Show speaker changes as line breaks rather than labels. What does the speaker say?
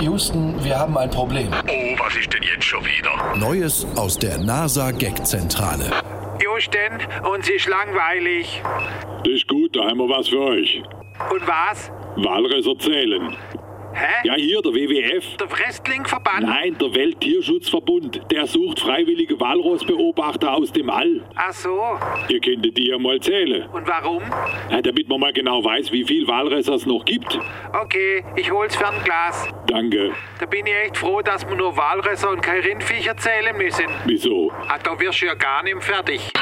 Houston, wir haben ein Problem.
Oh, was ist denn jetzt schon wieder?
Neues aus der NASA-Gag-Zentrale.
Houston, uns ist langweilig.
Das ist gut, da haben wir was für euch.
Und was?
Walres erzählen.
Hä?
Ja, hier, der WWF.
Der Wrestlingverband?
Nein, der Welttierschutzverbund. Der sucht freiwillige Walrossbeobachter aus dem All.
Ach so.
Ihr könntet die ja mal zählen.
Und warum?
Ja, damit man mal genau weiß, wie viel Walrösser es noch gibt.
Okay, ich hol's Fernglas.
Danke.
Da bin ich echt froh, dass wir nur Walrösser und kein Rindviecher zählen müssen.
Wieso?
Ah, da wirst du ja gar nicht fertig.